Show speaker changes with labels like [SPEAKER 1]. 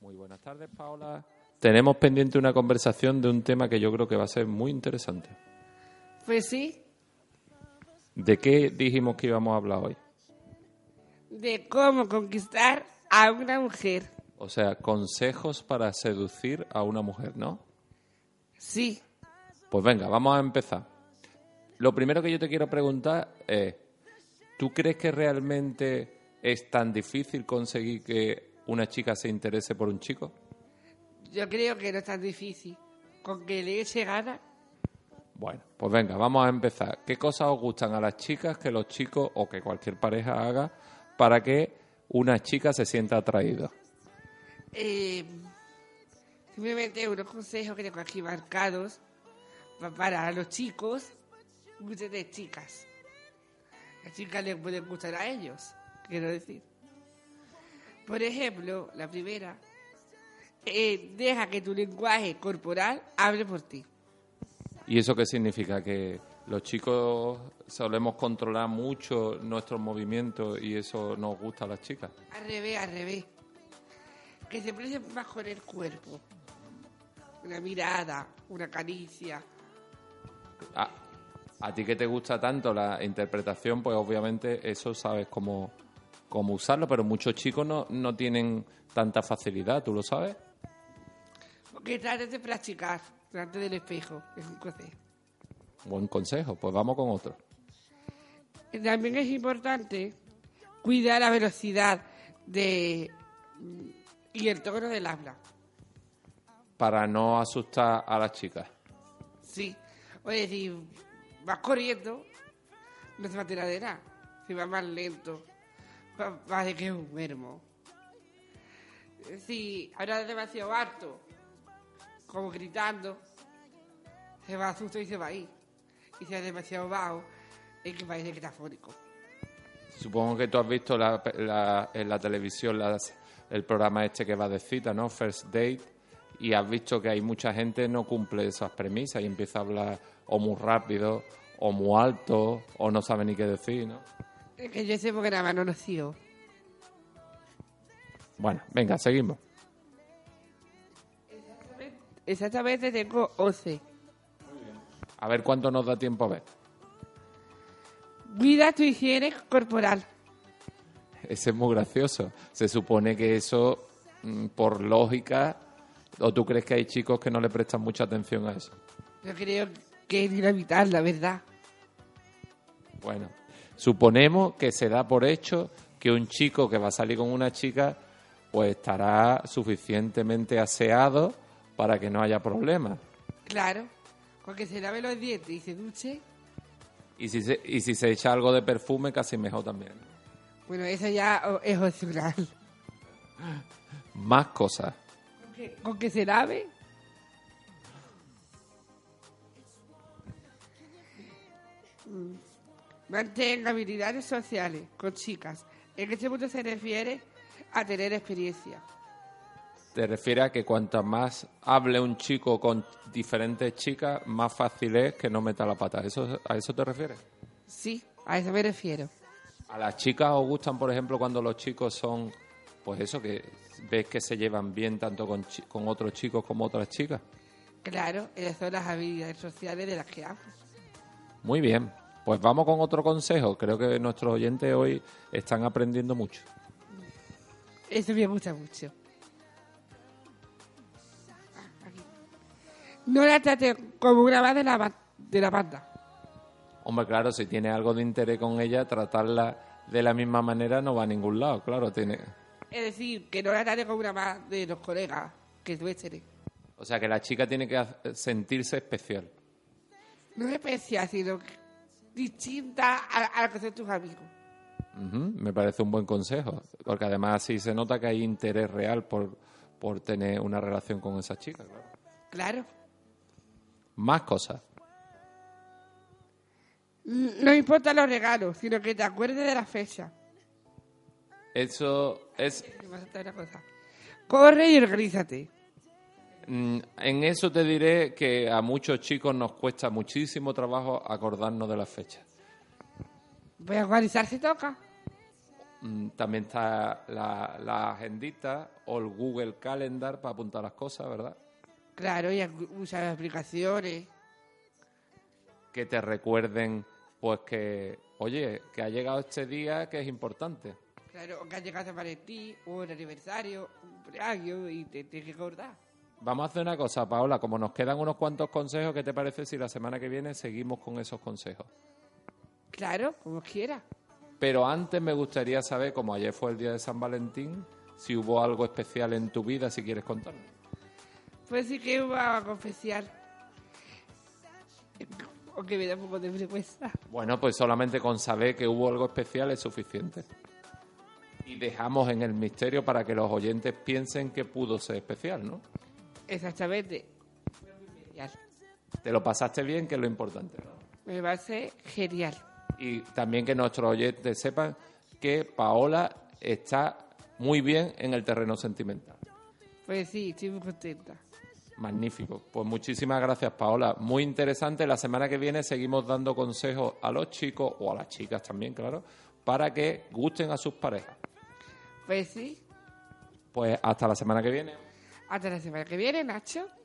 [SPEAKER 1] Muy buenas tardes, Paola. Tenemos pendiente una conversación de un tema que yo creo que va a ser muy interesante.
[SPEAKER 2] Pues sí,
[SPEAKER 1] ¿De qué dijimos que íbamos a hablar hoy?
[SPEAKER 2] de cómo conquistar a una mujer.
[SPEAKER 1] O sea, consejos para seducir a una mujer, ¿no?
[SPEAKER 2] Sí,
[SPEAKER 1] Pues venga, vamos a empezar. Lo primero que yo te quiero preguntar es, ¿tú crees que realmente es tan difícil conseguir que una chica se interese por un chico?
[SPEAKER 2] yo creo que no es tan difícil. Con que le eche gana,
[SPEAKER 1] Bueno, pues venga, vamos a empezar. ¿Qué cosas os gustan a las chicas que los chicos o que cualquier pareja haga para que una chica se sienta atraída?
[SPEAKER 2] eh, simplemente unos consejos que tengo aquí marcados pa- para los chicos, gusten de chicas. Las chicas les pueden gustar a ellos, quiero decir. Por ejemplo, la primera, eh, deja que tu lenguaje corporal hable por ti.
[SPEAKER 1] ¿Y eso qué significa? Que los chicos solemos controlar mucho nuestros movimientos y eso nos gusta a las chicas.
[SPEAKER 2] Al revés, al revés. Que se presen más con el cuerpo. Una mirada, una caricia.
[SPEAKER 1] A, Ah, a ti que te gusta tanto la interpretación, pues obviamente eso sabes cómo, cómo usarlo, pero muchos chicos no, no tienen tanta facilidad, ¿tú lo sabes?
[SPEAKER 2] Porque trates de practicar delante del espejo. Es un consejo.
[SPEAKER 1] Buen consejo, pues vamos con otro.
[SPEAKER 2] Y También es importante cuidar la velocidad de y el tono del habla.
[SPEAKER 1] Para no asustar a las chicas.
[SPEAKER 2] Sí. O es decir, vas corriendo, no se va a tirar de nada. Si vas más lento, va- vas de que es un muermo. Si hablas demasiado harto, como gritando, se va a susto y se va a ir. Y si es demasiado bajo, es que parece que está fónico.
[SPEAKER 1] Supongo que tú has visto la- la- en la televisión las- el programa este que va de cita, ¿no? First Date. Y has visto que hay mucha gente no cumple esas premisas y empieza a hablar o muy rápido o muy alto o no sabe ni qué decir, ¿no?
[SPEAKER 2] Es que yo ese programa no lo sigo.
[SPEAKER 1] Bueno, venga, seguimos.
[SPEAKER 2] Exactamente tengo 11.
[SPEAKER 1] A ver cuánto nos da tiempo a ver.
[SPEAKER 2] Cuida tu higiene corporal.
[SPEAKER 1] Ese es muy gracioso. Se supone que eso, mm, por lógica, o tú crees que hay chicos que no le prestan mucha atención a eso.
[SPEAKER 2] Yo creo que es inevitable, la verdad.
[SPEAKER 1] Bueno, suponemos que se da por hecho que un chico que va a salir con una chica pues estará suficientemente aseado para que no haya problemas.
[SPEAKER 2] Claro, con que se lave los dientes y se duche,
[SPEAKER 1] Y si se, y si se echa algo de perfume, casi mejor también.
[SPEAKER 2] bueno, eso ya o- es opcional.
[SPEAKER 1] Más cosas.
[SPEAKER 2] Con que, con que se lave, Mm. mantenga habilidades sociales con chicas. En este punto se refiere a tener experiencia.
[SPEAKER 1] Te refieres a que cuanto más hable un chico con diferentes chicas, más fácil es que no meta la pata. ¿Eso, ¿A eso te refieres?
[SPEAKER 2] Sí, a eso me refiero.
[SPEAKER 1] ¿A las chicas os gustan, por ejemplo, cuando los chicos son, pues eso, que ves que se llevan bien tanto con, chi- con otros chicos como otras chicas?
[SPEAKER 2] Claro, esas son las habilidades sociales de las que hablo.
[SPEAKER 1] Muy bien, pues vamos con otro consejo. Creo que nuestros oyentes hoy están aprendiendo mucho.
[SPEAKER 2] Eso me gusta mucho. No la trate como una más de la, ba- de la banda.
[SPEAKER 1] Hombre, claro, si tiene algo de interés con ella, tratarla de la misma manera no va a ningún lado, claro, tiene...
[SPEAKER 2] Es decir, que no la trate como una más de los colegas que tú eres.
[SPEAKER 1] O sea que la chica tiene que ha- sentirse especial.
[SPEAKER 2] No es especial, sino que- distinta a, a la que son tus amigos.
[SPEAKER 1] Ujú, Me parece un buen consejo, porque además así se nota que hay interés real por, por tener una relación con esa chica. claro.
[SPEAKER 2] Claro.
[SPEAKER 1] Más cosas.
[SPEAKER 2] N- No importa los regalos, sino que te acuerdes de la fecha.
[SPEAKER 1] Eso es...
[SPEAKER 2] Que me ha saltado una cosa. Corre y organízate.
[SPEAKER 1] mm, En eso te diré que a muchos chicos nos cuesta muchísimo trabajo acordarnos de las fechas.
[SPEAKER 2] Pues organizarse toca.
[SPEAKER 1] Mm, También está la, la agendita o el Google Calendar para apuntar las cosas, ¿verdad?
[SPEAKER 2] Claro, y usar aplicaciones.
[SPEAKER 1] Que te recuerden, pues que, oye, que ha llegado este día que es importante.
[SPEAKER 2] Claro, o que ha llegado a para ti, o el aniversario, un cumpleaños, y te tienes que acordar.
[SPEAKER 1] Vamos a hacer una cosa, Paola, como nos quedan unos cuantos consejos, ¿qué te parece si la semana que viene seguimos con esos consejos?
[SPEAKER 2] Claro, como quieras.
[SPEAKER 1] Pero antes me gustaría saber, como ayer fue el día de San Valentín, si hubo algo especial en tu vida, si quieres contarnos.
[SPEAKER 2] Pues sí que me va a confesar. Aunque me da un poco de vergüenza.
[SPEAKER 1] Bueno, pues solamente con saber que hubo algo especial es suficiente. Y dejamos en el misterio para que los oyentes piensen que pudo ser especial, ¿no?
[SPEAKER 2] Exactamente. Fue muy genial.
[SPEAKER 1] Te lo pasaste bien, que es lo importante. ¿no?
[SPEAKER 2] Me va a ser genial.
[SPEAKER 1] Y también que nuestros oyentes sepan que Paola está muy bien en el terreno sentimental.
[SPEAKER 2] Pues sí, estoy muy contenta.
[SPEAKER 1] Magnífico. Pues muchísimas gracias, Paola. Muy interesante. La semana que viene seguimos dando consejos a los chicos o a las chicas también, claro, para que gusten a sus parejas.
[SPEAKER 2] Pues sí.
[SPEAKER 1] Pues hasta la semana que viene.
[SPEAKER 2] Hasta la semana que viene, Nacho.